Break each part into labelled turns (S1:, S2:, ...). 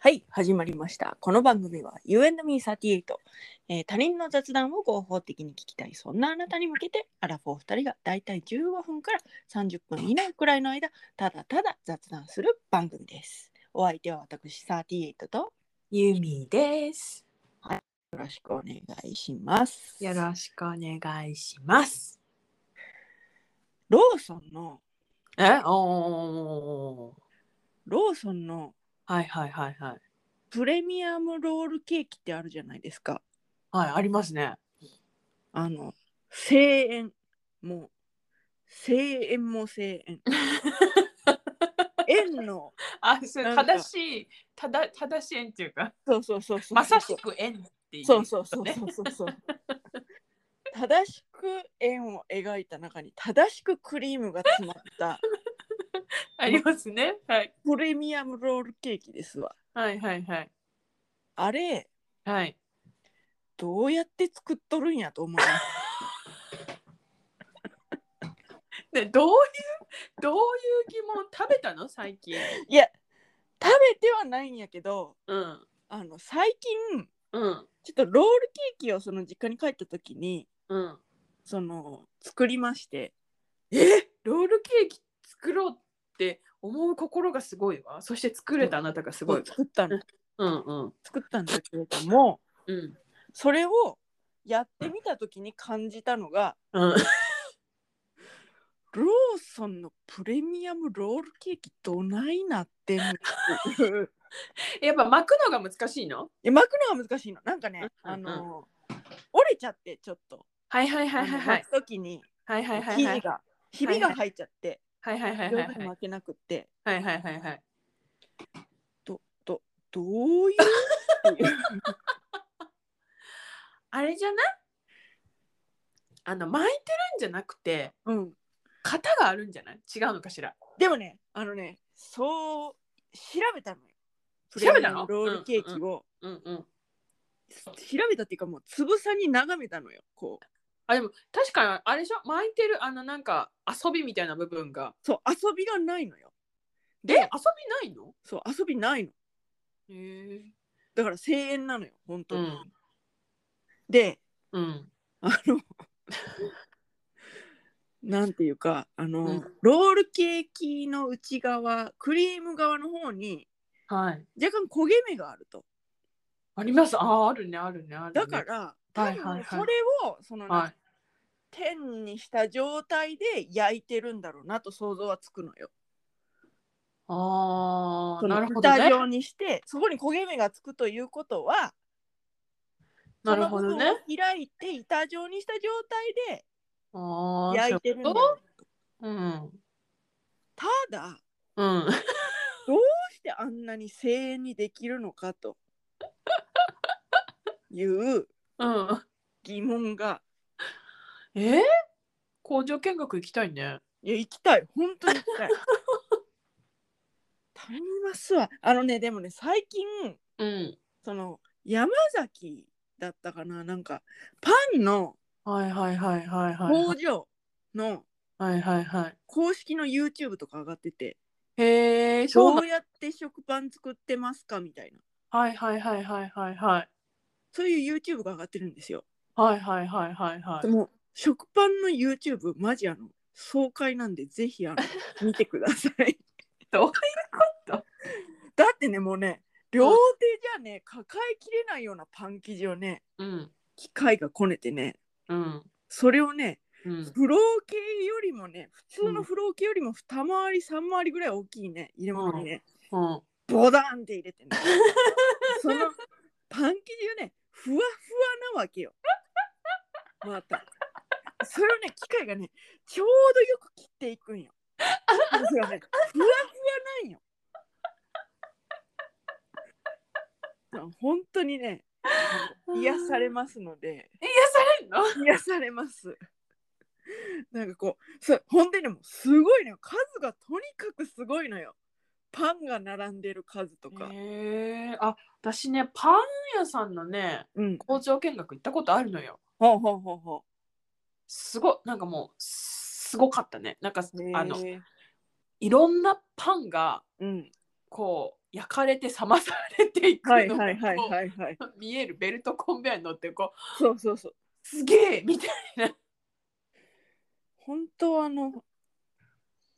S1: はい、始まりました。この番組は You and me38、えー他人の雑談を合法的に聞きたい、そんなあなたに向けて、アラフォー2人がだいたい15分から30分以内くらいの間、ただただ雑談する番組です。お相手は私38とよ
S2: ゆみです。
S1: ろしくお願いします。
S2: よろしくお願いします。
S1: ローソンの、
S2: え、おー
S1: ローソンの
S2: はいはいはいはい。
S1: プレミアムロールケーキってあるじゃないですか。
S2: はい、ありますね。
S1: あの、声援、もう、声援も声 援。円の、
S2: あ、そ
S1: な
S2: れ
S1: んか
S2: 正しい、ただ、正しい円っていうか、
S1: そうそうそうそう。
S2: まさしく円っていう。
S1: そうそうそうそうそうそう。正しく円を描いた中に正しくクリームが詰まった
S2: ありますね。はい。
S1: プレミアムロールケーキですわ。
S2: はいはいはい。
S1: あれ
S2: はい。
S1: どうやって作っとるんやと思います。
S2: で、どういう、どういう疑問食べたの最近。
S1: いや食べてはないんやけど
S2: うん。
S1: あの最近
S2: うん。
S1: ちょっとロールケーキをその実家に帰った時に
S2: うん。
S1: その作りまして
S2: え、ロールケーキ作ろうって思う心がすごいわ。そして作れたあなたがすごいわ。
S1: 作ったの
S2: うんうん。
S1: 作ったんだけれども
S2: うん。
S1: それをやってみた時に感じたのが
S2: うん。
S1: ローソンのプレミアムロールケーキどないなってん のい
S2: やっぱ巻くのが難しいの
S1: や巻くのは難しいのなんかね、
S2: うん
S1: あ
S2: うんうん
S1: の折れちゃってちょっと、
S2: はいはいはいはいはい
S1: あの巻く時に
S2: はいはい
S1: 生
S2: はいはい
S1: 地がひびが入っちゃって
S2: はいはいはいはい
S1: 上
S2: はい
S1: 手に巻けなくって
S2: はいはいはいはい
S1: どういうっていう
S2: あれじゃないあの巻いてるんじゃなくて
S1: うん
S2: 型があるんじゃない違うのかしら
S1: でもねあのねそう調べたのよプレ
S2: 調べ
S1: ミ
S2: た
S1: ア
S2: の
S1: ムロールケーキを、
S2: うんうんうん
S1: 調べたっていうかもうつぶさに眺めたのよこう
S2: あでも確かにあれでしょ巻いてるあのなんか遊びみたいな部分が
S1: そう遊びがないのよ
S2: え遊びないの
S1: そう遊びないの
S2: へえ
S1: だから声援なのよ本当
S2: う
S1: に、
S2: ん
S1: で
S2: うん
S1: あの なんていうかあの、
S2: うん
S1: ロールケーキの内側クリーム側の方に
S2: はい
S1: 若干焦げ目があると
S2: ありますあーあるねあるねあるね
S1: だから
S2: は
S1: 多
S2: い
S1: 分
S2: はいはい
S1: それをその、ね
S2: はい
S1: 天にした状態で焼いてるんだろうなと想像はつくのよ。
S2: あ
S1: そ
S2: ー
S1: の
S2: なるほど
S1: 蓋
S2: ね
S1: 状にしてそこに焦げ目がつくということは
S2: なるほ
S1: そ
S2: ど
S1: の
S2: ね
S1: 部分を開いて板状にした状態で
S2: ああ
S1: 焼いてるんだ
S2: う
S1: よ
S2: うん
S1: ただ
S2: うん
S1: どうしてあんなに声援にできるのか という
S2: うん。
S1: 疑問が
S2: えー工場見学行きたいね。
S1: いや行きたい本当に行き たい頼みますわあのねでもね最近
S2: うん。
S1: その山崎だったかななんかパンの
S2: はいはいはいはいは
S1: 工
S2: い。
S1: 場の
S2: はいはいはい。
S1: 公式の YouTube とか上がってて
S2: へえ、そ
S1: ど
S2: うなん。
S1: うやって食パン作ってますかみたいな
S2: はいはいはいはいはいはい。
S1: そういう YouTube が上がってるんですよ
S2: はいはいはいはいは
S1: で
S2: い。
S1: も食パンの YouTube マジあの爽快なんでぜ ひあの見てください
S2: どういうと
S1: だってねもうね両手じゃね抱えきれないようなパン生地をね
S2: うん。
S1: 機械がこねてね
S2: うん。
S1: それをね
S2: うん。
S1: フロー系よりもね普通のフロー系よりも2回り3回りぐらい大きいね入れ物にね
S2: うん。
S1: ボダンって入れ てねそのパン生地がねふわふわなわけよまたそれをね機械がねちょうどよく切っていくんよそれがねふわふわなん よ本当にね 癒されますので
S2: 癒され んの。
S1: 癒されますなんかこうそうほんでねもうすごいのよ数がとにかくすごいのよパンが並んでる数とか、
S2: へえ、あ、私ね、パン屋さんのね、
S1: うん
S2: 工場見学行ったことあるのよ。
S1: ほうほうほうほ
S2: すごい、なんかもう、すごかったね。なんか
S1: う、
S2: あの、いろんなパンが。
S1: うん
S2: こう焼かれて冷まされていく
S1: はい
S2: の
S1: はいはい
S2: がこ
S1: はいはい。
S2: う見えるベルトコンベアに乗ってこう
S1: そうそうそう。
S2: すげえみたい
S1: 本当あの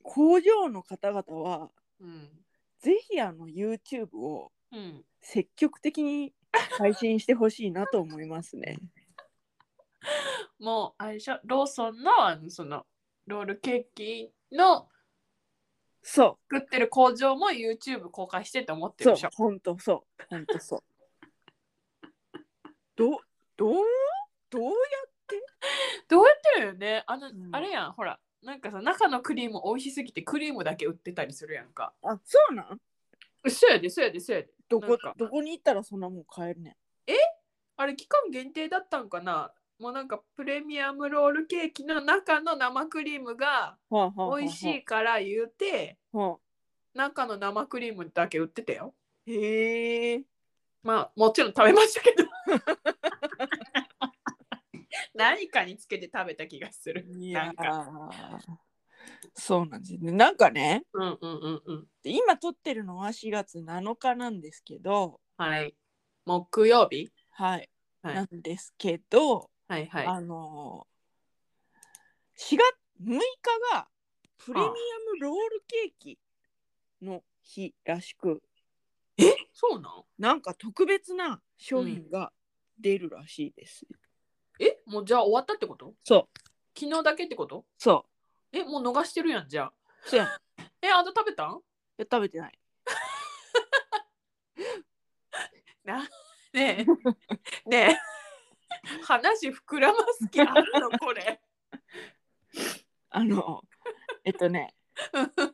S1: 工場の方々は
S2: な。うん
S1: ぜひあの YouTube を
S2: うん、
S1: 積極的に配信してほしいなと思います ね。
S2: もうあれでしょローソンのあのそのロールケーキの
S1: そ
S2: 作ってる工場も YouTube 公開してって思っ
S1: う
S2: てる
S1: そう
S2: でしょ。
S1: 本当そう本当そう。 どどうどうや
S2: どうやってるよねあの、
S1: うん
S2: あれやんほらなんかさ中のクリーム美味しすぎてクリームだけ売ってたりするやんか。
S1: あそうなん
S2: そうやでそうやでそうやで。
S1: ど
S2: な
S1: こ
S2: んか
S1: どこに行ったらそんなもん買えるねん。
S2: あれ期間限定だったんかなもうなんかプレミアムロールケーキの中の生クリームが
S1: はあはあはあはあ
S2: 美味しいから言うて
S1: はあ
S2: 中の生クリームだけ売ってたよ。
S1: へえ。
S2: まあもちろん食べましたけど。 何かにつけて食べた気がする。
S1: い
S2: な
S1: や
S2: んか。
S1: ーそうなんですね。なんかね、
S2: うんうんうんうん。
S1: で今撮ってるのは4月7日なんですけど、
S2: はい。木曜日
S1: はい、
S2: はい
S1: なんですけど、
S2: はいはい。
S1: あのー、4月6日がプレミアムロールケーキの日らしく、
S2: そうなん
S1: なんか特別な商品が出るらしいです。
S2: えもうじゃあ終わったってこと
S1: そう、
S2: 昨日だけってこと
S1: そ
S2: えもう逃してるやんじゃあ。
S1: う、そうやねんい
S2: えあと食べたん
S1: や食べてない。
S2: なねえ ねえ話膨らます気あるのこ れ
S1: あの、えっと ね、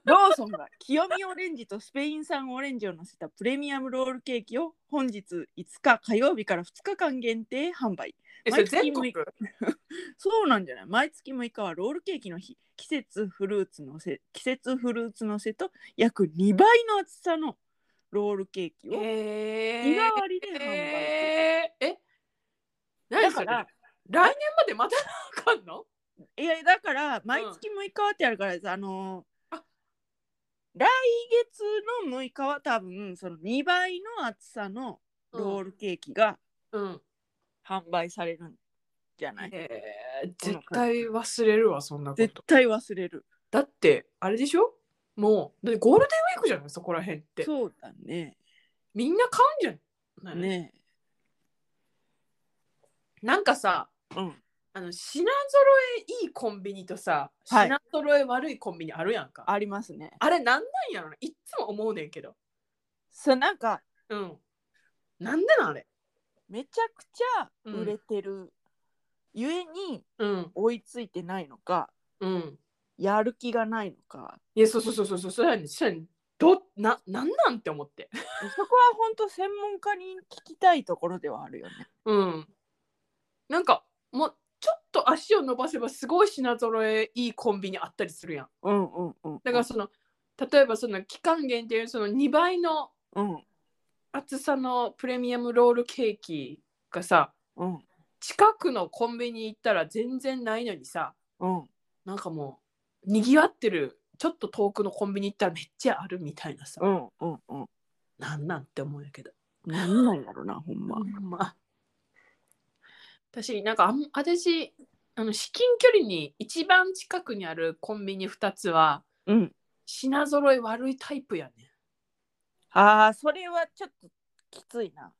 S1: ローソンが清見オレンジとスペイン産オレンジをのせたプレミアムロールケーキを本日5日火曜日から2日間限定販売。
S2: えそれ
S1: 毎月
S2: 全国
S1: 六 そうなんじゃない毎月6日はロールケーキの日、季節フルーツのせ、季節フルーツのせと約2倍の厚さのロールケーキを日
S2: え
S1: 替わりで販売する。
S2: えー、え
S1: だ
S2: 何そ
S1: か
S2: れ
S1: ら
S2: 来、年までまたあかんの
S1: いやだから毎月6日はってやるからです、あのー
S2: あ
S1: 来月の6日は多分その2倍の厚さのロールケーキが
S2: うん、
S1: 販売されるんじゃない、
S2: えー、絶対忘れるわそんなこ
S1: 絶
S2: と
S1: 対忘れる
S2: だってあれでしょもうだってゴールデンウィークじゃないそこら辺って
S1: そうだね
S2: みんな買うんじゃない、
S1: ね
S2: なんかさ
S1: うん
S2: あの品揃えいいコンビニとさ、
S1: はい
S2: 品揃え悪いコンビニあるやんか
S1: ありますね
S2: あれなんなんやろないっつも思うねんけど。
S1: そうなんか
S2: うん。なんでなんあれ。
S1: めちゃくちゃ売れてる、ゆえに
S2: うん。
S1: 追いついてないのか
S2: うん。
S1: やる気がないのか
S2: いや、そうそうそうそうそう、そうやねん。そうやねんど、な、なんなんって思って。
S1: そこは本当専門家に聞きたいところではあるよね
S2: うん。なんか、もう、ちょっと足を伸ばせば、すごい品揃えいいコンビニあったりするやん。
S1: うんうんうん
S2: だから、その、例えば、その期間限定の、その2倍の
S1: うん
S2: 厚さのプレミアムロールケーキがさ。
S1: うん
S2: 近くのコンビニ行ったら、全然ないのにさ。
S1: うん
S2: なんかもうにぎわってるちょっと遠くのコンビニ行ったらめっちゃあるみたいなさ、
S1: うんうんうん
S2: なんなんって思うんやけど、
S1: なんなんやろなほんま
S2: まあ、まあ私なんかあん私あの至近距離に一番近くにあるコンビニ2つは
S1: うん
S2: 品揃え悪いタイプやね
S1: あーそれはちょっときついな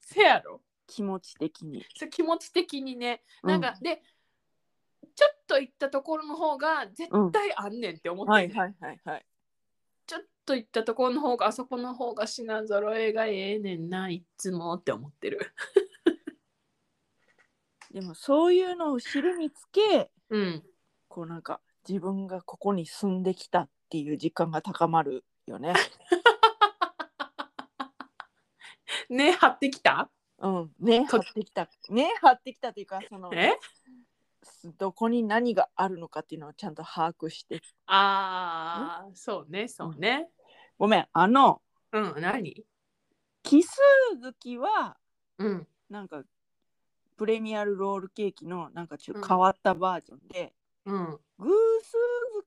S2: せやろ
S1: 気持ち的に
S2: それ気持ち的にね
S1: うん
S2: なんか、でちょっと行ったところの方が絶対あんねんって思ってんねん
S1: はいはいはいはい
S2: ちょっと行ったところの方があそこの方が品揃えがええねんないっつもって思ってる。
S1: でもそういうのを知るにつけ
S2: うん。
S1: こうなんか自分がここに住んできたっていう実感が高まるよ ね
S2: ね張ってきた
S1: うんね張ってきたね張ってきたというかその
S2: え
S1: どこに何があるのかっていうのをちゃんと把握して
S2: ああそうねそうね。
S1: ごめんあの
S2: うん何
S1: 奇数月は
S2: うん
S1: なんかプレミアルロールケーキのなんかちょっ
S2: うん
S1: と変わったバージョンで、
S2: うん。
S1: 偶数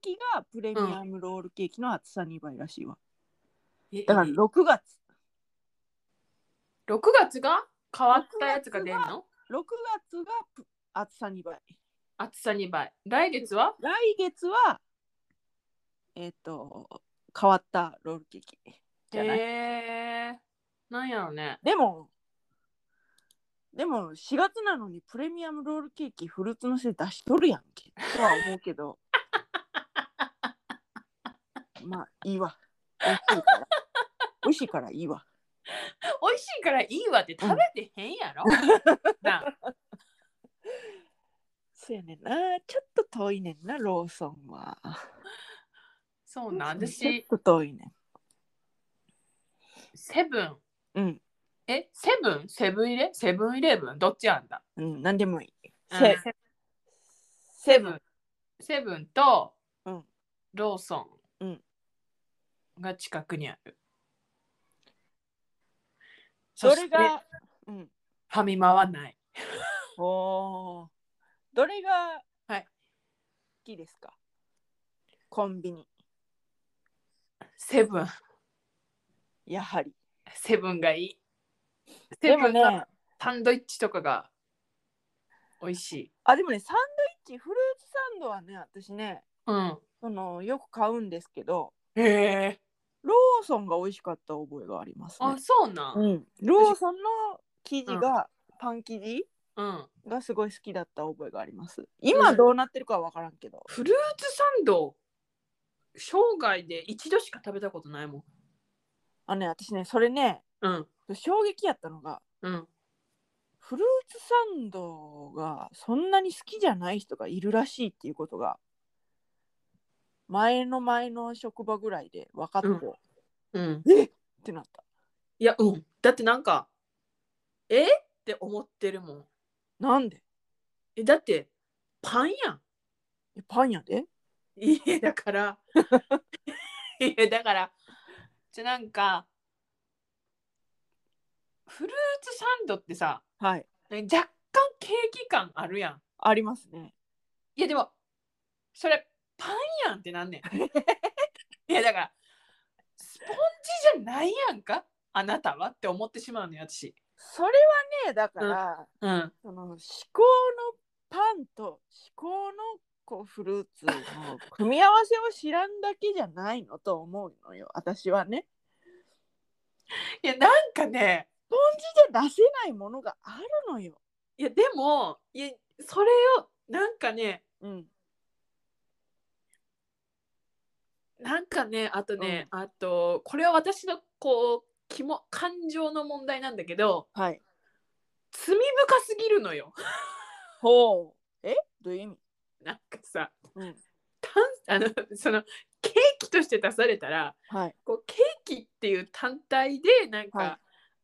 S1: 月がプレミアムロールケーキの厚さ2倍らしいわ。
S2: え
S1: だから
S2: え
S1: 6月
S2: 6月が変わったやつが出んの
S1: 6月がぷ暑さ2倍
S2: 暑さ2倍。来月は
S1: 来月はえっ、と変わったロールケーキじゃない、
S2: へえ。なんやろね。
S1: でもでも4月なのにプレミアムロールケーキフルーツのせ出しとるやんけとは思うけ どまあいいわ美味しいから美味しいからいいわ
S2: 美味しいからいいわって食べてへん やろ。なあ
S1: そうやねんなちょっと遠いねんなローソンは
S2: そうなん
S1: ちょっ
S2: 私、
S1: と遠いね
S2: セブン。
S1: んうん
S2: え、セブンセブンイレセブンイレブンどっちやんだ
S1: うん何でもいい
S2: うん
S1: セセブン
S2: セブンと
S1: うん
S2: ローソ
S1: う
S2: ン
S1: ん
S2: が近くにある。
S1: ど
S2: そ
S1: れ
S2: して
S1: が、うん、
S2: ファミマはない。
S1: おーどれが
S2: はい
S1: 好きですかコンビニ
S2: セブン、
S1: やはり
S2: セブンがいい。セ
S1: で
S2: ブ
S1: も
S2: ンが
S1: ね
S2: サンドイッチとかが美味しい。
S1: あでもねサンドイッチフルーツサンドはね私ね
S2: うん。
S1: そのよく買うんですけど
S2: へえ。
S1: ローソンが美味しかった覚えがありますね
S2: あ、そうなん。
S1: うん、ローソンの生地が、パン生地
S2: うん。
S1: がすごい好きだった覚えがあります今どうなってるかは分からんけど、
S2: フルーツサンド、生涯で一度しか食べたことないもん。
S1: あのね私ねそれね
S2: うん。
S1: 衝撃やったのが
S2: うん。
S1: フルーツサンドがそんなに好きじゃない人がいるらしいっていうことが前の前の職場ぐらいで分かって、
S2: う
S1: っ
S2: んうん。
S1: てなった
S2: いや、うん。だってなんか、えって思ってるもん。
S1: なんで
S2: え、だって、パンやん。
S1: えパンやで
S2: いや、だから、 いや、だから、じゃあなんか、フルーツサンドってさ、
S1: はい
S2: 若干ケーキ感あるやん。
S1: ありますね
S2: いや、でも、それ、パンやんってなんねん。いや、だから、スポンジじゃないやんか、あなたはって思ってしまうのよ、私。
S1: それはねだから、
S2: うん。
S1: その思考のパンと思考のこうフルーツの組み合わせを知らんだけじゃないのと思うのよ私はね
S2: いや、なんかね、
S1: スポンジじゃ出せないものがあるのよ
S2: いや、でも、いや、それを、なんかね、
S1: うん
S2: なんかねあとね、あとこれは私のこう気も感情の問題なんだけど
S1: はい
S2: 罪深すぎるのよ
S1: ほうえどういう意味
S2: なんかさ
S1: うん
S2: 単あのそのケーキとして出されたら
S1: はい
S2: こうケーキっていう単体でなんか、
S1: はい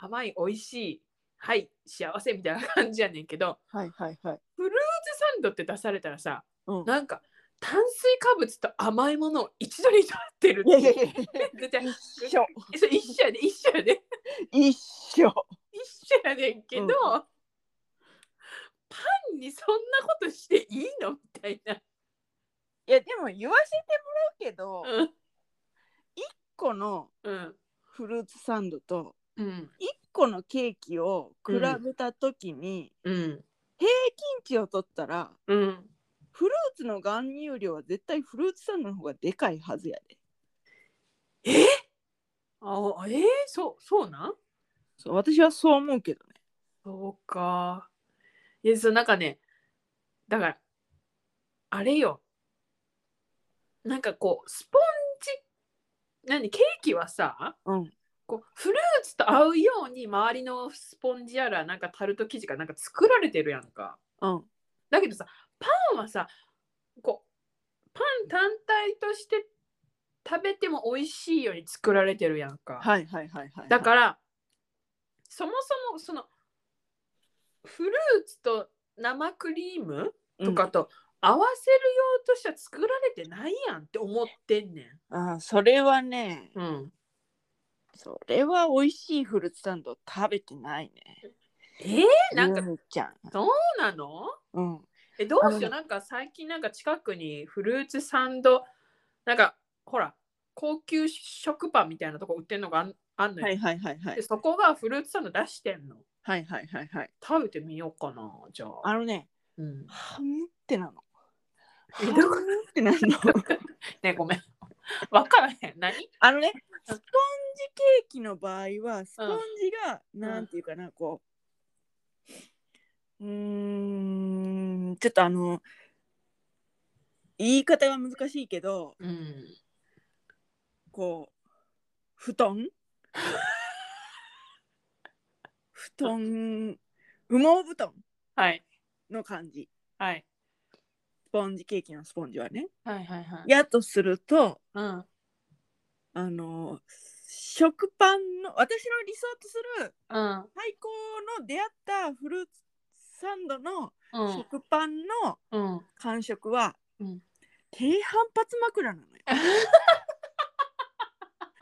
S2: 甘い美味しいはい幸せみたいな感じやねんけど
S1: はいはいはい。
S2: フルーツサンドって出されたらさ
S1: うん。
S2: なんか炭水化物と甘いものを一度に取ってる
S1: いやいやいやい
S2: 絶対
S1: や。一緒。
S2: それ一緒やで一緒やで
S1: 一緒。
S2: 一緒やねんけど、
S1: うん
S2: パンにそんなことしていいのみたいな。
S1: いやでも言わせてもらうけど、
S2: うん
S1: この
S2: うん
S1: フルーツサンドと
S2: うん
S1: 一個のケーキを比べたときに、
S2: うん
S1: ピンチを取ったら
S2: うん
S1: フルーツの含有量は絶対フルーツサンドの方がでかいはずやで。
S2: あえー、そうそうなん
S1: そう私はそう思うけどね。
S2: そうか。いやそうなんかねだからあれよなんかこうスポンジ何ケーキはさ
S1: うん。
S2: こうフルーツと合うように周りのスポンジやらなんかタルト生地がなんか作られてるやんか。
S1: うん。
S2: だけどさパンはさこうパン単体として食べても美味しいように作られてるやんか、
S1: はいはいはいはい。。
S2: だかららそもそもそのフルーツと生クリームとかと合わせるようとしては作られてないやんって思ってんね
S1: あーそれはね
S2: ん、うん、
S1: それは美味しいフルーツサンドを食べてないね。
S2: えー、なんか
S1: ゆ
S2: ど
S1: みちゃん。
S2: うなの
S1: うん。
S2: えどう
S1: あの
S2: しよ
S1: ね
S2: うなんか最近なんか近くにフルーツサンドなんかほら高級食パンみたいなとこ売ってんのがあんあんのよ、
S1: はいはいはいは
S2: で
S1: い。
S2: そこがフルーツサンド出してんの
S1: はいはいはいはい。
S2: 食べてみようかなじゃあ
S1: あのね、
S2: うん、
S1: はんってなの。
S2: え
S1: は
S2: ど
S1: ん
S2: う
S1: っ
S2: いうこ
S1: てなの。
S2: ねごめんわからへん何
S1: あのね、スポンジケーキの場合は、スポンジが、なんていうかな、こう。うーん、ちょっとあの、言い方が難しいけど、
S2: うん
S1: こう、布 団布団、羽毛布団
S2: はい
S1: の感じ。
S2: はい
S1: スポンジケーキのスポンジはね。
S2: はいはいはい
S1: やとすると、
S2: うん
S1: あの食パンの私の理想とする
S2: うん
S1: 最高の出会ったフルーツサンドの
S2: うん
S1: 食パンの
S2: うん
S1: 感触は、
S2: うん
S1: 低反発枕な のよ。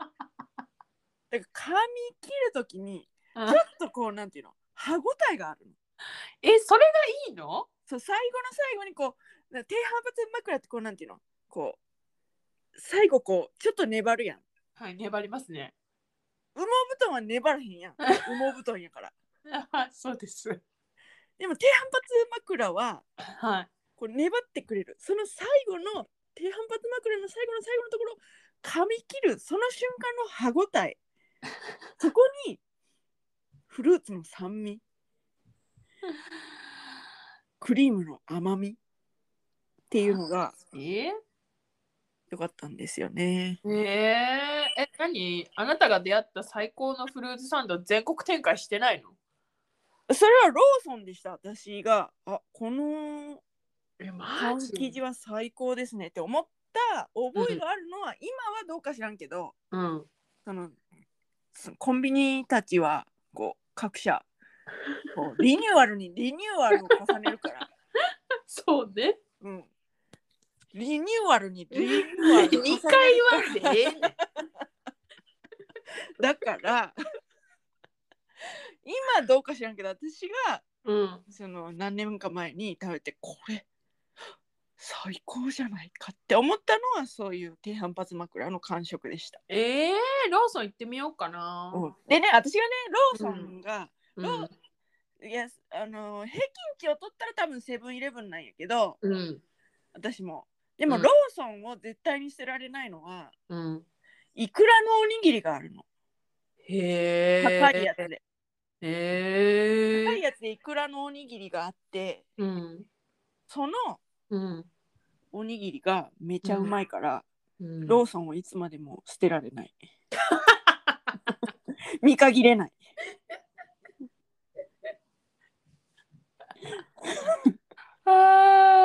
S1: だから噛み切るときにちょ
S2: うん
S1: っとこうなんていうの歯ごたえがあるの。
S2: えそれがいいの
S1: そう最後の最後にこう低反発枕ってこうなんていうのこう最後こうちょっと粘るやん。
S2: はい粘りますね
S1: 羽毛布団は粘らへんやん。羽毛布団やから。
S2: そうです
S1: でも低反発枕は
S2: はい
S1: こう粘ってくれるその最後の低反発枕の最後の最後のところ噛み切るその瞬間の歯ごたえそこにフルーツの酸味クリームの甘みっていうのが
S2: え
S1: 良かったんですよね。
S2: ー、えー、え何あなたが出会った最高のフルーツサンド全国展開してないの
S1: それはローソンでした私があこの
S2: え
S1: パ
S2: マ
S1: ン生地は最高ですねって思った覚えがあるのは今はどうか知らんけど、
S2: うん
S1: そのそのコンビニたちはこう各社こうリニューアルにリニューアルを重ねるから、
S2: そうね
S1: うん、リニューアルにリニューアル を重ね
S2: 2
S1: る
S2: 回言わんでええねん
S1: だから 今どうか知らんけど私が
S2: うん
S1: その何年か前に食べてこれ最高じゃないかって思ったのはそういう低反発枕の感触でした、
S2: ええー、ローソン行ってみようかな。
S1: うんでね私がねローソンが、
S2: うん。
S1: いやあのー平均値を取ったら多分セブンイレブンなんやけど
S2: うん。
S1: 私もでも、
S2: うん
S1: ローソンを絶対に捨てられないのは
S2: うん。
S1: いくらのおにぎりがあるの
S2: へえ。
S1: 高いやつで、
S2: へ
S1: 高い
S2: え。
S1: やつでいくらのおにぎりがあって
S2: うん。
S1: その
S2: うん。
S1: おにぎりがめちゃうまいから、
S2: うん
S1: ローソンをいつまでも捨てられない 見限れない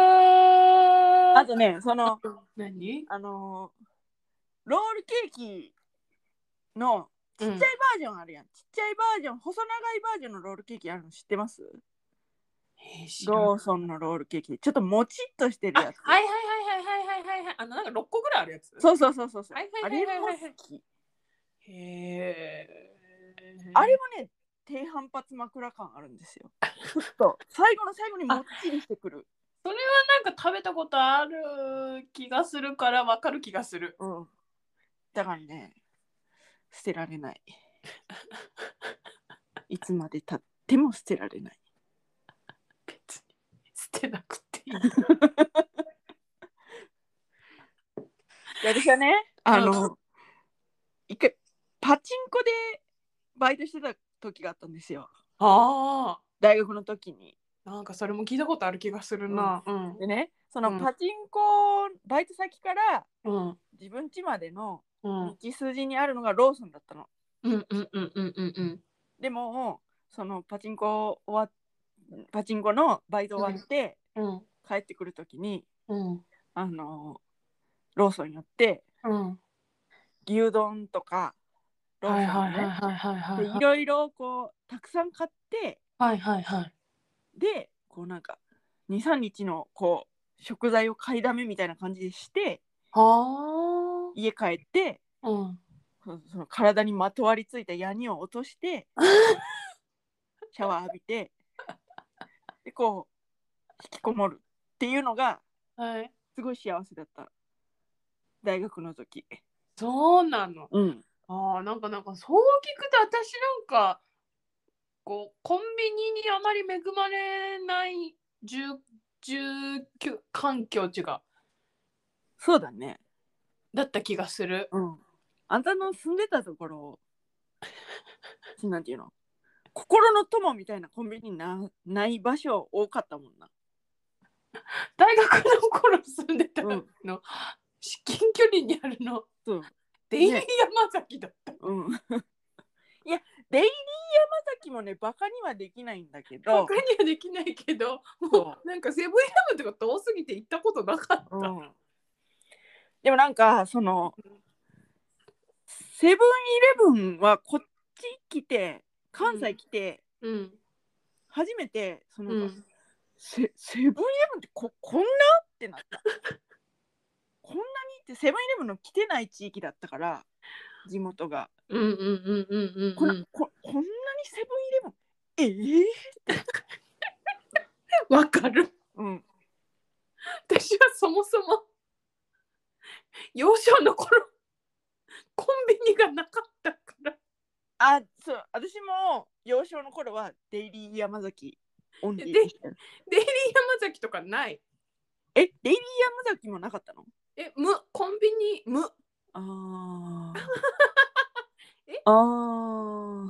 S2: あ
S1: あとねその
S2: ー。何？
S1: あのーロールケーキのちっちゃいバージョンあるやん、ちっちゃいバージョン細長いバージョンのロールケーキあるの知ってます
S2: えー知らん
S1: ローソンのロールケーキでちょっともちっとしてる
S2: あ、は
S1: や
S2: い
S1: つ、
S2: はいはいはいはいはいはいはい。あのなんか六個ぐらいあるやつ。
S1: そうそうそうそうそう、
S2: はいはいはいはいは
S1: あれ
S2: い
S1: も好き
S2: へえ。
S1: あれもね低反発枕感あるんですよちょっと最後の最後にもっちりしてくる
S2: なんか食べたことある気がするからわかる気がする。
S1: うんだからね捨てられ ないいつまでたっても捨てられない
S2: 別に捨てなくてい
S1: い
S2: い。
S1: や私はね、あの、一回パチンコでバイトしてた時があったんですよ。
S2: ああ。
S1: 大学の時に。
S2: なんかそれも聞いたことある気がするな。うん。
S1: でね、そうの
S2: ん
S1: パチンコ、バイト先から
S2: うん。
S1: 自分家までの
S2: うん。
S1: 道筋にあるのがローソンだったの。
S2: うん。うん。うん。うん。うん。
S1: でも、そのパチンコ終わっパチンコのバイト終わって
S2: うん。
S1: 帰ってくる時に、
S2: うん。
S1: あの、ローソン寄って
S2: うん。
S1: 牛丼とか、ロ
S2: はい
S1: ーソ
S2: はい
S1: ン
S2: はい
S1: のね
S2: はいはいは
S1: で
S2: い
S1: い。ろいろこう、たくさん買って、
S2: はいはいはい。
S1: でこうなんか23日のこう食材を買いだめみたいな感じでして
S2: は
S1: 家帰って
S2: あ。うん。
S1: そのその体にまとわりついたヤニを落としてシャワー浴びてでこう引きこもるっていうのが
S2: はい。
S1: すごい幸せだった大学の時
S2: そうなの。
S1: うん。
S2: ああ、なんかなんかそう聞くと私なんかこうコンビニにあまり恵まれない住住居環境っていうか
S1: そうだね。
S2: だった気がする。
S1: うん。あんたの住んでたところ、 なんていうの心の友みたいなコンビニなない場所多かったもんな。
S2: 大学の頃住んでた
S1: う
S2: の
S1: ん、
S2: 至近距離にあるの
S1: そう。
S2: デイリー山崎だった。
S1: うん。 いや、デイリー山崎もね、バカにはできないんだけど
S2: 他、にはできないけど、も
S1: そう
S2: なんかセブンイレブンとか遠すぎて行ったことなかった。
S1: うん、でもなんか、その、セブンイレブンはこっち来て、関西来て、
S2: うん、
S1: 初めて、その、
S2: うん、
S1: セセブンイレブンってここんなってなった。こんなにってセブンイレブンの来てない地域だったから、地元が。
S2: うん、うん、うん、うん、
S1: こ
S2: うん
S1: な,、
S2: ん。
S1: ここんなにセブンイレブンええ
S2: わかる。
S1: うん。
S2: 私はそもそも幼少の頃コンビニがなかったから
S1: あ、そう、私も幼少の頃はデイリー山崎オンリー
S2: で
S1: でしたよ。
S2: デイリー山崎とかない
S1: え、デイリー山崎もなかったの
S2: え無コンビニ無
S1: あ
S2: え
S1: あ。ああ。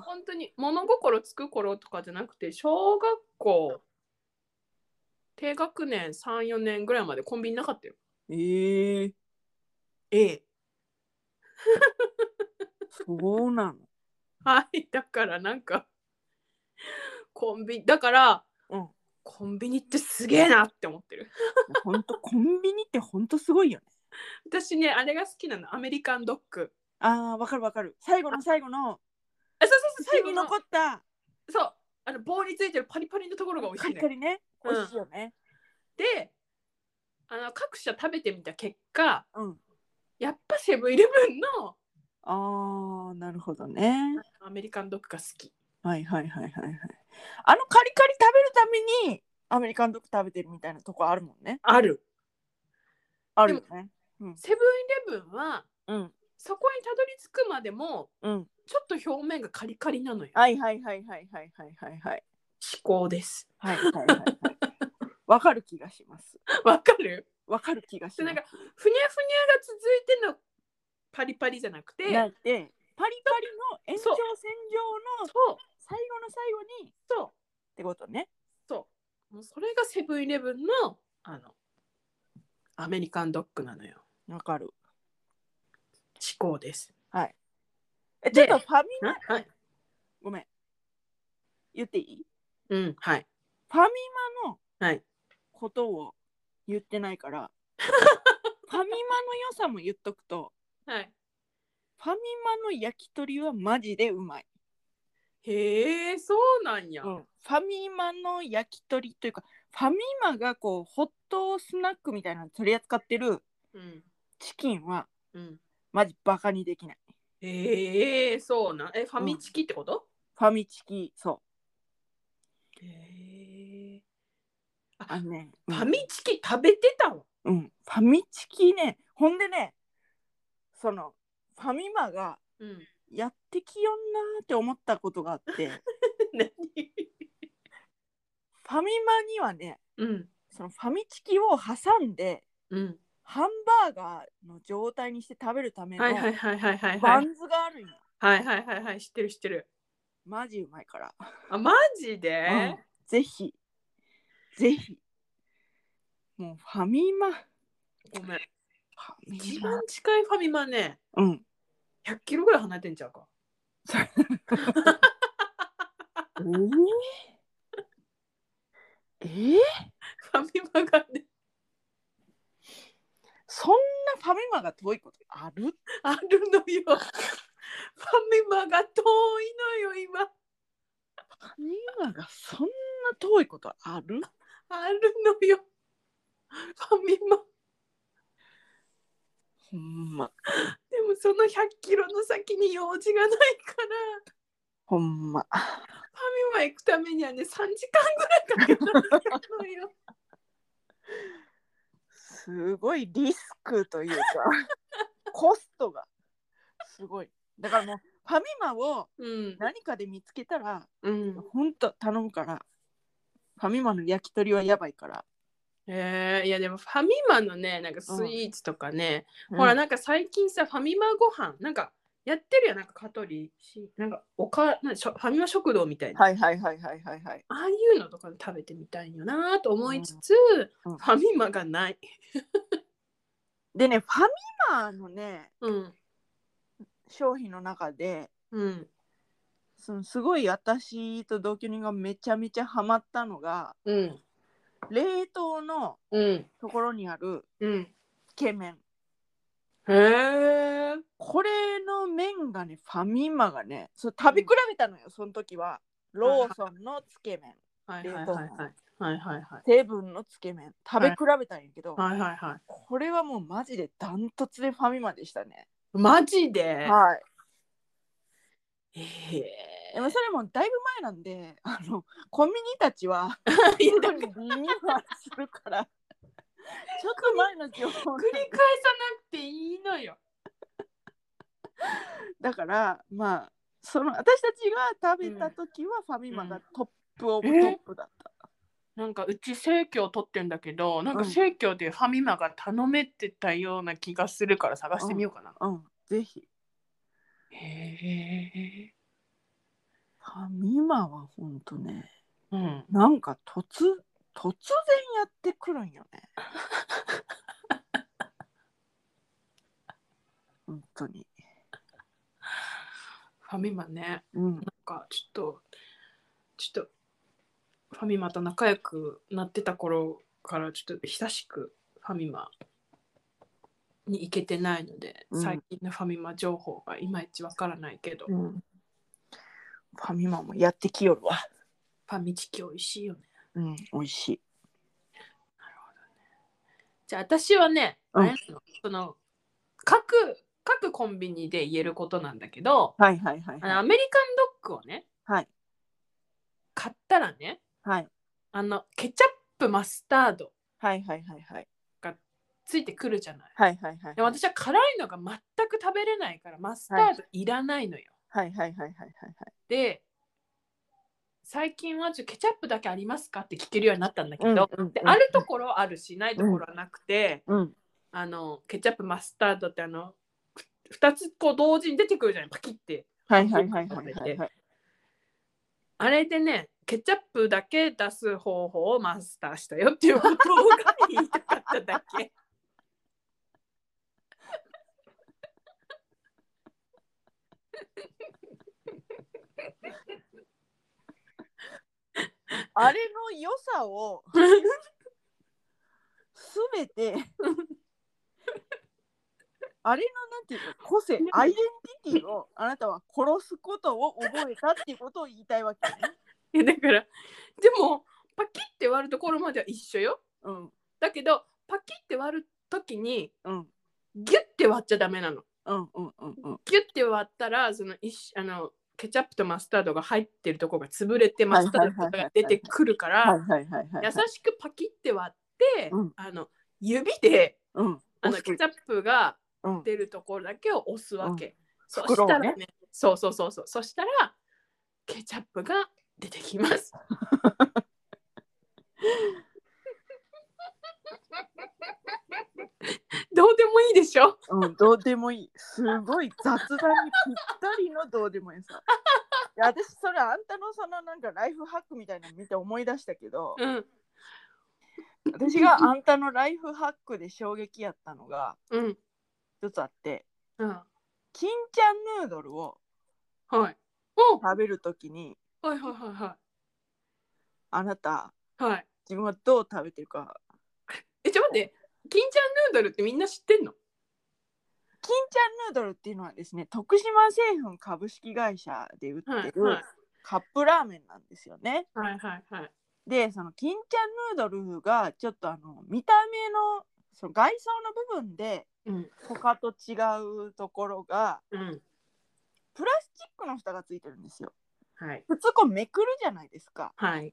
S2: 本当に物心つく頃とかじゃなくて小学校低学年34年ぐらいまでコンビニなかったよ
S1: ええ
S2: ええ
S1: そうなの。
S2: はいだからなんかコンビニだから、
S1: うん
S2: コンビニってすげえなって思ってる
S1: 本当コンビニって本当すごいよね。
S2: 私ねあれが好きなのアメリカンドッグ
S1: ああ、わかるわかる。最後の最後の、
S2: あそうそうそう
S1: 最後に残った
S2: そうあの棒についてるパリパリのところが美味し
S1: カ
S2: い
S1: リカ
S2: ね。
S1: リね。
S2: うん
S1: 美味しいよね。
S2: であの各社食べてみた結果
S1: うん。
S2: やっぱセブンイレブンの
S1: ああ、なるほどね。
S2: アメリカンドッグが好き。
S1: はいはいはいはいはい。あのカリカリ食べるためにアメリカンドッグ食べてるみたいなとこあるもんね。
S2: ある
S1: あるよね。
S2: セブンイレブンは
S1: うん
S2: そこにたどり着くまでも
S1: うん。
S2: ちょっと表面がカリカリなのよ。
S1: はいはいはいはいはいはいはいはい。
S2: 至高です。
S1: はいはいはいはい。わかる気がします。
S2: わかる
S1: わかる気がし
S2: で
S1: ます
S2: なんか。ふにゃふにゃが続いてのパリパリじゃなくて
S1: なんでパリパリの延長線上の
S2: そう
S1: 最後の最後にっ
S2: そう
S1: てことね。
S2: そうもうそれがセブンイレブンのあのアメリカンドッグなのよ。
S1: わかる。
S2: 至高です。
S1: えちょっ
S2: で
S1: とファミマ
S2: はい。
S1: ごめん。言っていい
S2: うん、はい。
S1: ファミマの
S2: はい。
S1: ことを言ってないから、ファミマの良さも言っとくと、
S2: はい。
S1: ファミマの焼き鳥はマジでうまい。
S2: へえ、そうなんや。
S1: ファミマの焼き鳥というか、ファミマがこう、ホットスナックみたいなの取り扱ってる
S2: うん。
S1: チキンは、
S2: うん。
S1: マジバカにできない。
S2: へえ、そうなん。え、ファミチキってこと、
S1: ファミチキ、そう。
S2: へえ。
S1: あのね、
S2: ファミチキ食べてたわ。
S1: うん、ファミチキね、ほんでね、その、ファミマが
S2: うん。
S1: やってきよんなーって思ったことがあって、
S2: 何
S1: ファミマにはね、
S2: うん。
S1: そのファミチキを挟んで、
S2: うん。
S1: ハンバーガーの状態にして食べるための
S2: はいはいはいはいはい
S1: バ
S2: はい。
S1: ンズがあるんよ。
S2: はいはいはいはい。知ってる知ってる。
S1: マジうまいから。
S2: あ、マジで、
S1: うんぜひ、ぜひ。もうファミマ、フ
S2: ごめん。
S1: ァ
S2: 一
S1: ミマ
S2: 番。近いファミマね、
S1: うん。
S2: 100キロぐらい離れてんちゃうか。
S1: え ー、えー、
S2: ファミマがね、
S1: そんなファミマが遠いことある
S2: ある のよ。ファミマが遠いのよ、今。
S1: ファミマがそんな遠いことある
S2: あるのよ。ファミマ。
S1: ほんま。
S2: でもその100キロの先に用事がないから、
S1: ほんま。
S2: ファミマ行くためにはね、3時間ぐらいかけたのよ。
S1: すごいリスクというか、コストがすごいだからもうファミマを
S2: うん。
S1: 何かで見つけたら
S2: うん。
S1: ほんと頼むからファミマの焼き鳥はやばいから、
S2: えー、いやでもファミマのね、なんかスイーツとかね、
S1: うん
S2: ほらなんか最近さ、ファミマご飯なんかやってるやん、なんかカトリーし、なんかおか、なんかしょファミマ食堂みたいな。
S1: はいはいはいはいはいはい
S2: ああいうのとか食べてみたいよなと思いつつ、
S1: うんうん
S2: ファミマがない。
S1: でねファミマのね
S2: うん。
S1: 商品の中で
S2: うん。
S1: そのすごい私と同居人がめちゃめちゃハマったのが
S2: うん。
S1: 冷凍の
S2: うん。
S1: ところにある
S2: うん。
S1: つけ麺
S2: へえ。
S1: これの麺がねファミマがねそう食べ比べたのよその時はローソンのつけ麺
S2: はいはいはいはい。はいはいはい。
S1: セブンのつけ麺食べ比べたんやけど、
S2: はいはいはい。
S1: これはもうマジでダントツでファミマでしたね。
S2: マジで
S1: はい。
S2: え
S1: でもそれもだいぶ前なんで、あのコンビニたちは
S2: ー、い
S1: リ
S2: や
S1: ニュ
S2: でも繰り
S1: ーアルするから、ちょっと前の情報
S2: 返さなくていいのよ。
S1: だから、まあその私たちが食べた時はファミマがトップオブトップだった。
S2: なんかうち生協取ってんだけど、なんか
S1: うん
S2: 生協でファミマが頼めてたような気がするから探してみようかな。
S1: うん、ぜひ
S2: へ
S1: ファミマは本当ね、
S2: え。うん。
S1: なんか突突然やってくるんよね。本当に。
S2: ファミマね。
S1: うん
S2: なんかちょっとちょっとファミマと仲良くなってた頃からちょっと久しくファミマに行けてないので、
S1: うん
S2: 最近のファミマ情報がいまいちわからないけど、
S1: うん、ファミマもやってきよるわ。
S2: ファミチキ美味しいよね
S1: うん、美味しい。
S2: じゃあ私はね、
S1: うん
S2: あれなのその各各コンビニで言えることなんだけど、
S1: はいはいはい
S2: あの
S1: は
S2: ア
S1: い。
S2: メリカンドッグをね
S1: はい
S2: 買ったらね
S1: はい
S2: あのケチャップマスタード
S1: はいはいはいはい。
S2: ついてくるじゃない
S1: はいはいはい。
S2: でも私は辛いのが全く食べれないからマスタードいらないのよ。
S1: はいはいはいはいはい
S2: で最近はちょっとケチャップだけありますかって聞けるようになったんだけど、
S1: はい。うん
S2: であると。ころはあるしないところはなくて、
S1: うん
S2: あのケチャップマスタードってあの2つこう同時に出てくるじゃないパキって
S1: はいはいはいはいはいはい。
S2: あれでねケチャップだけ出す方法をマスターしたよっていうことが言いたかっただ け。
S1: あれの良さをすべて。 あれのなんていうの個性アイデンティティをあなたは殺すことを覚えたっていうことを言いたいわけね。
S2: いやだからでもパキって割るところまでは一緒よ
S1: うん
S2: だけどパキって割る時に
S1: うん
S2: ギュッて割っちゃダメなの
S1: うんうんうんうん。
S2: ギュッて割ったらその一あのケチャップとマスタードが入ってるとこが潰れてマスタードとかが出てくるか
S1: はい
S2: ら
S1: はいはいはい。
S2: 優しくパキって割って、
S1: うん
S2: あの指で
S1: うん。
S2: あの
S1: 押す
S2: ケチャップが
S1: うん。
S2: 出るところだけを押すわけ、そ
S1: 袋
S2: し
S1: を
S2: たら
S1: ね
S2: ねそうそうそうそうそしたらケチャップが出てき ますどうでもいいでしょ
S1: うん、どうでもいい。すごい雑談にぴったりのどうでもいいさ。いや私それあんたのそのなんかライフハックみたいなの見て思い出したけど
S2: うん
S1: 私があんたのライフハックで衝撃やったのが
S2: うん
S1: 一つあって
S2: うん
S1: 金ちゃんヌードルを
S2: はいお
S1: 食べるときに
S2: はいはいはいは
S1: あなた
S2: いはい
S1: 自分はどう食べてるか
S2: えちょっと待って金ちゃんヌードルってみんな知ってんの
S1: 金ちゃんヌードルっていうのはですね徳島製粉株式会社で売
S2: は
S1: って
S2: い
S1: る
S2: はい
S1: カップラーメンなんですよね。
S2: はいはいはい
S1: でその金ちゃんヌードルがちょっとあの見た目のその外装の部分で
S2: うん
S1: 他と違うところが
S2: うん
S1: プラスチックの蓋がついてるんですよ。
S2: はい
S1: 普通こうめくるじゃないですか。
S2: はい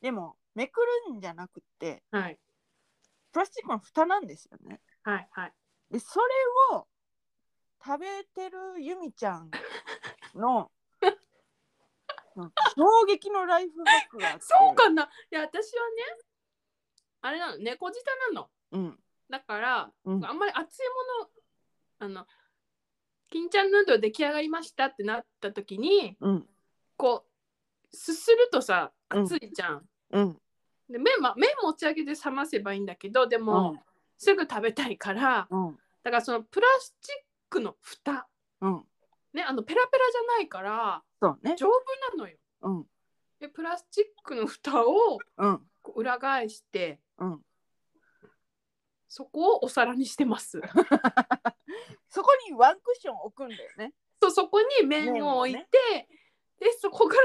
S1: でもめくるんじゃなくて
S2: はい
S1: プラスチックの蓋なんですよね。
S2: はいはい
S1: でそれを食べてるゆみちゃん のなんか衝撃のライフバックがあって
S2: そうかないや私はねあれなの猫舌なの
S1: うん
S2: だから、
S1: うん
S2: あんまり熱いものあの金ちゃんヌードル出来上がりましたってなった時に
S1: うん
S2: こうすするとさ
S1: うん
S2: 熱いじゃん、
S1: うん
S2: で麺は麺持ち上げて冷ませばいいんだけどでも、
S1: うん
S2: すぐ食べたいから
S1: うん
S2: だからそのプラスチックの蓋
S1: うん
S2: ねあのペラペラじゃないから
S1: そうね
S2: 丈夫なのよ
S1: うん
S2: でプラスチックの蓋を
S1: うん
S2: こう裏返して
S1: うん
S2: そこをお皿にしてます
S1: そこにワンクッション置くんだよね
S2: そうそこに麺を置いて、
S1: 麺をね
S2: でそこから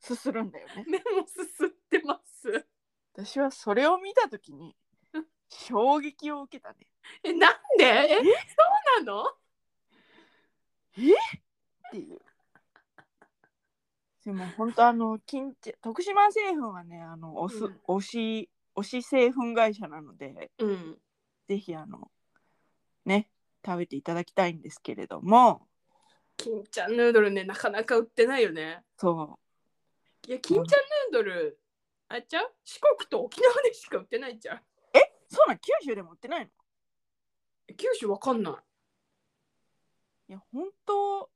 S1: すするんだよね
S2: 麺をすすってます
S1: 私はそれを見た時に衝撃を受けたね
S2: えなんでえそうなの
S1: っていう。でも本当あの金ち徳島製粉はねあのおす、
S2: うん
S1: 推し推し製粉会社なので
S2: うん
S1: ぜひあのね食べていただきたいんですけれども
S2: 金ちゃんヌードルねなかなか売ってないよね
S1: そ
S2: いや金ちゃんヌードルあれちゃう四国と沖縄でしか売ってないじゃん
S1: うそうなん九州でも売ってないの
S2: 九州わかんな
S1: い
S2: い
S1: や本当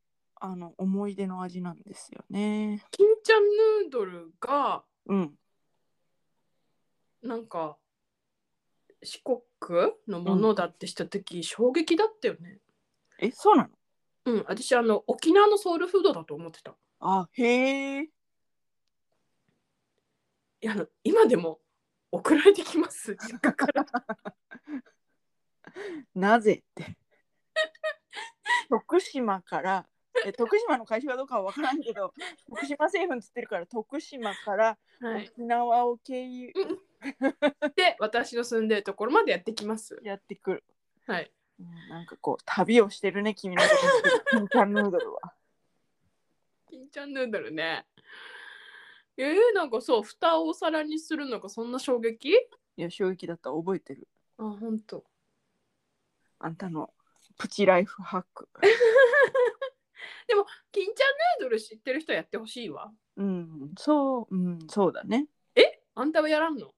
S1: あの思い出の味なんですよね
S2: 金ちゃんヌードルが
S1: うん
S2: なんか四国のものだってした時、衝撃だったよね
S1: えそうなの
S2: うん私あの沖縄のソウルフードだと思ってたい
S1: あへえ
S2: やあの今でも送られてき ます実家から
S1: なぜって 徳島からえ徳島の会社がどうかは分からんけど徳島製粉っつってるから徳島から
S2: はい
S1: 沖縄を経由
S2: で私の住んでるところまでやってきます
S1: やってくる、
S2: はい
S1: うんなんかこう旅をしてるね君のことに金ちゃんヌードルは
S2: 金ちゃんヌードルねえー、なんかそう蓋をお皿にするのがそんな衝撃
S1: いや衝撃だった覚えてる
S2: あほんと
S1: あんたのプチライフハック
S2: 金ちゃんヌードル知ってる人やってほしいわ
S1: うんそううんそうだね
S2: あんたはやらんの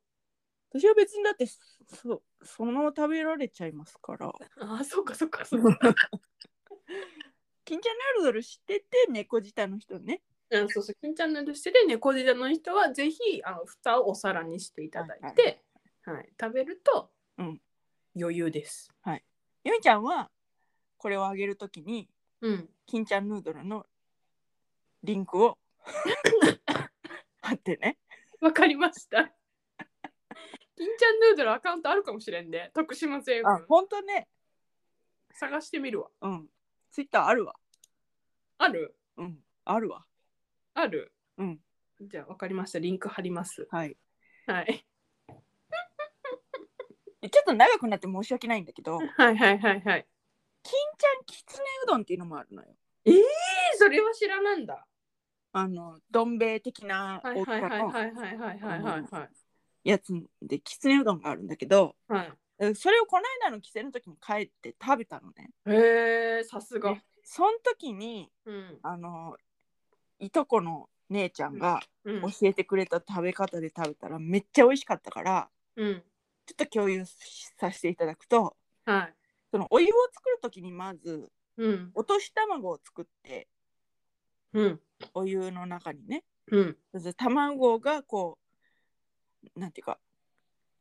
S1: 私は別にだってそうその食べられちゃいますから
S2: あそうかそうか そうか
S1: 金ちゃんヌードル知ってて猫舌の人ね
S2: うんそうそう金ちゃんヌードルしてて猫舌の人はぜひあの蓋をお皿にしていただいて、はい食べると、
S1: うん
S2: 余裕です
S1: ゆみちゃんはこれをあげるときに
S2: うん
S1: 金ちゃんヌードルのリンク を貼ってね
S2: わかりました金ちゃんヌードルアカウントあるかもしれんで、徳島製粉
S1: あほんとね
S2: 探してみるわ
S1: うんツイッターあるわ
S2: ある
S1: うんあるわ
S2: ある
S1: うん
S2: じゃあわかりましたリンク貼ります
S1: はい
S2: はい、
S1: でちょっと長くなって申し訳ないんだけど金
S2: はいはいはいはい
S1: ちゃんきつねうどんっていうのもあるのよ
S2: えそれは知らなんだ
S1: あのどん兵衛的な
S2: はい
S1: 大き
S2: はい
S1: さ
S2: はい
S1: の
S2: はいはいはいはいはいはい
S1: やつできつねうどんがあるんだけど
S2: はい
S1: えそれをこの間の帰省の時に帰って食べたのね
S2: へえさすが
S1: その時に
S2: うん
S1: あのいとこの姉ちゃんが
S2: うん
S1: 教えてくれた食べ方で食べたらめっちゃ美味しかったから
S2: うん
S1: ちょっと共有させていただくと
S2: はい
S1: そのお湯を作る時にまず
S2: うん
S1: 落とし卵を作って
S2: うん
S1: お湯の中にね
S2: うん
S1: そして卵がこうなんていうか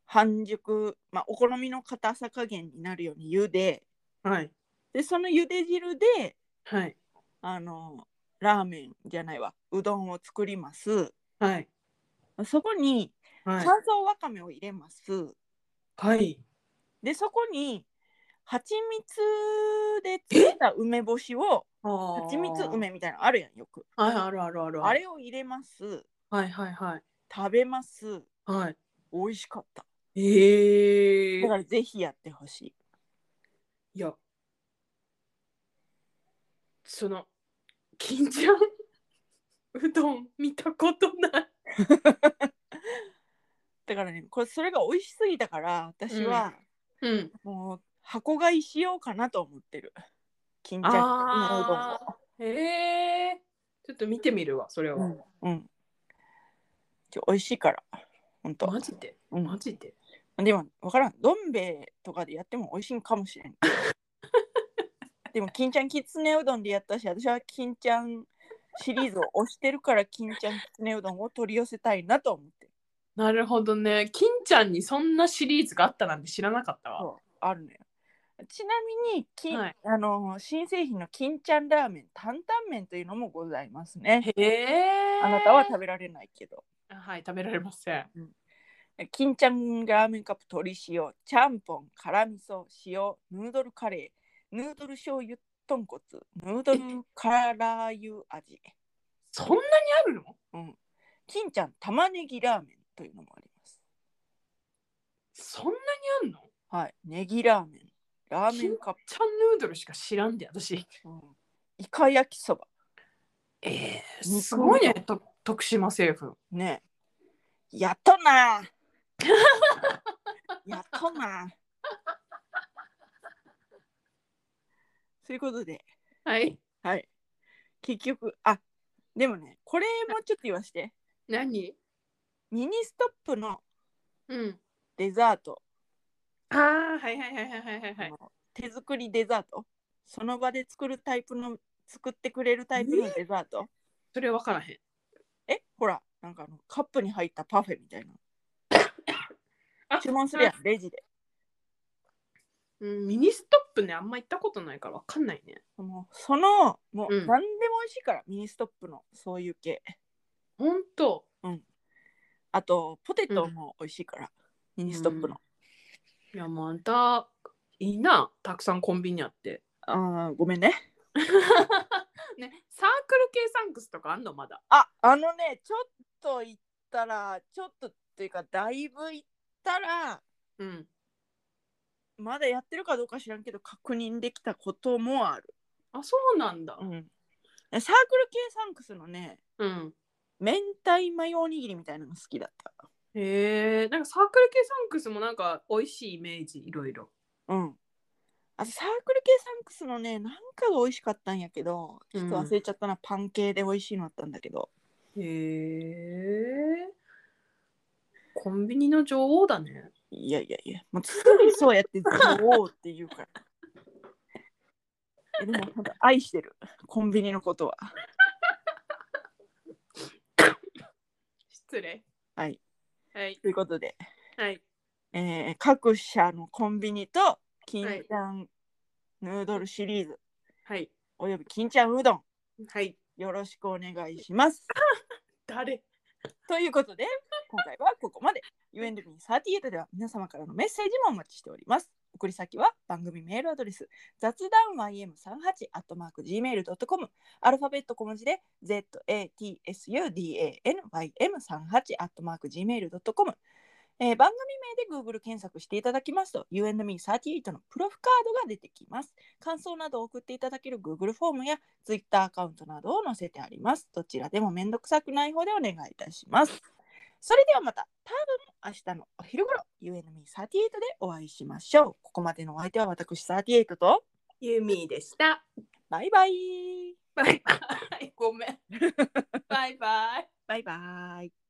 S1: 半熟、まあ、お好みの硬さ加減になるように茹で
S2: はい
S1: でその茹で汁で
S2: はい
S1: あのラーメンじゃないわうどんを作ります
S2: はい
S1: そこに
S2: はい
S1: 乾燥わかめを入れます、
S2: はい
S1: でそこに蜂蜜で作った梅干しを
S2: は
S1: 蜂蜜梅みたいなのあるやんよく
S2: はいあるあるある
S1: あれを入れます
S2: はいはいはい
S1: 食べます
S2: はい
S1: 美味しかった
S2: ええ
S1: だからぜひやってほしい
S2: いやその金ちゃんうどん見たことない
S1: だからねこれそれが美味しすぎたから私は
S2: うん
S1: もう箱買いしようかなと思ってる金ちゃん
S2: あーへえちょっと見てみるわそれは、
S1: うんうん。ちょ美味しいから、本当。
S2: マジで
S1: うん
S2: マジで
S1: でも分からん。どん兵衛とかでやっても美味しいんかもし れん。でも金ちゃんきつねうどんでやったし、私は金ちゃんシリーズを推してるから金ちゃんきつねうどんを取り寄せたいなと思って。
S2: なるほどね金ちゃんにそんなシリーズがあったなんて知らなかったわ
S1: そうあるのよ。ちなみに、金
S2: はい
S1: あの新製品の金ちゃんラーメン、担々麺というのもございますね。
S2: へえ
S1: あなたは食べられないけど。
S2: はい食べられません
S1: 金ちゃんラーメンカップ鶏塩、ちゃんぽん、辛味噌、塩、ヌードルカレー、ヌードル醤油豚骨、ヌードル辛ラー油味。
S2: そんなにあるの
S1: うん。金ちゃん玉ねぎラーメンというのもあります。
S2: そんなにあんの
S1: はい。ネギラーメン、ラーメンカップ、
S2: チャンヌードルしか知らんで私
S1: うん、イカ焼きそば、
S2: えー、
S1: 肉
S2: すごいねと徳島政府
S1: ねえ。やっとなやっとなということで、
S2: はい
S1: はい。結局、あでもね、これもちょっと言わして。
S2: 何
S1: ミニストップの
S2: うん
S1: デザート、
S2: ああはいはいはいはいはいはい
S1: あの手作りデザート、その場で作るタイプの、作ってくれるタイプのデザート。
S2: それ分からへん
S1: えほら、なんかあのカップに入ったパフェみたいな。
S2: あ
S1: 注文するやん、レジで。
S2: うん、ミニストップねあんま行ったことないから分かんないね
S1: もうその、もう何で
S2: うん
S1: も美味しいから、ミニストップのそういう系。
S2: ほんと
S1: あと、ポテトも美味しいから、ミニストップの。
S2: いやまたいいなたくさんコンビニあって
S1: あーごめんね。
S2: ねサークル系サンクスとかあんのまだ
S1: ああのねちょっと行ったらちょっとっていうかだいぶ行ったら
S2: うん
S1: まだやってるかどうか知らんけど確認できたこともある、
S2: あそうなんだ
S1: うん、サークル系サンクスのね
S2: うん
S1: 明太マヨおにぎりみたいなのが好きだっ
S2: へえんかサークル系サンクスもなんか美味しいイメージいろいろ
S1: たうんあとサークル系サンクスのねなんかが美味しかったんやけどちょっと忘れちゃったな、パン系で美味しいのあったんだけど
S2: へえ。コンビニの女王だね。
S1: いやいやいや、もうすぐにそうやって女王って言う から。えでも、本当愛してる、コンビニのことは。
S2: 失礼。
S1: はい。
S2: はい。
S1: ということで、
S2: はい。
S1: えー各社のコンビニと、金ちゃんヌードルシリーズ、
S2: はい。
S1: および金ちゃんうどん、
S2: はい。
S1: よろしくお願いします。
S2: 誰
S1: ということで、今回はここまで。u n d 3 8では皆様からのメッセージもお待ちしております。送り先は番組メールアドレス雑談 ym38-gmail.com アルファベット小文字で zatsudanym38-gmail.com、えー番組名で Google 検索していただきますと u n d 3 8のプロフカードが出てきます。感想などを送っていただける Google フォームや Twitter アカウントなどを載せてあります。どちらでも面倒くさくない方でお願いいたします。それではまた多分明日のお昼頃 UNME38 でお会いしましょう。ここまでのお相手は私38と
S2: ユミでした。
S1: バイバイ
S2: バイバイ。ごめん。バイバイ。
S1: バイバイ